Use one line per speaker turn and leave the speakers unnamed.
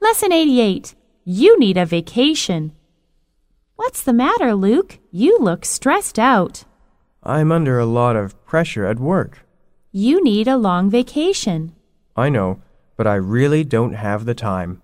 Lesson 88. You need a vacation. What's the matter, Luke? You look stressed out.
I'm under a lot of pressure at work.
You need a long vacation.
I know, but I really don't have the time.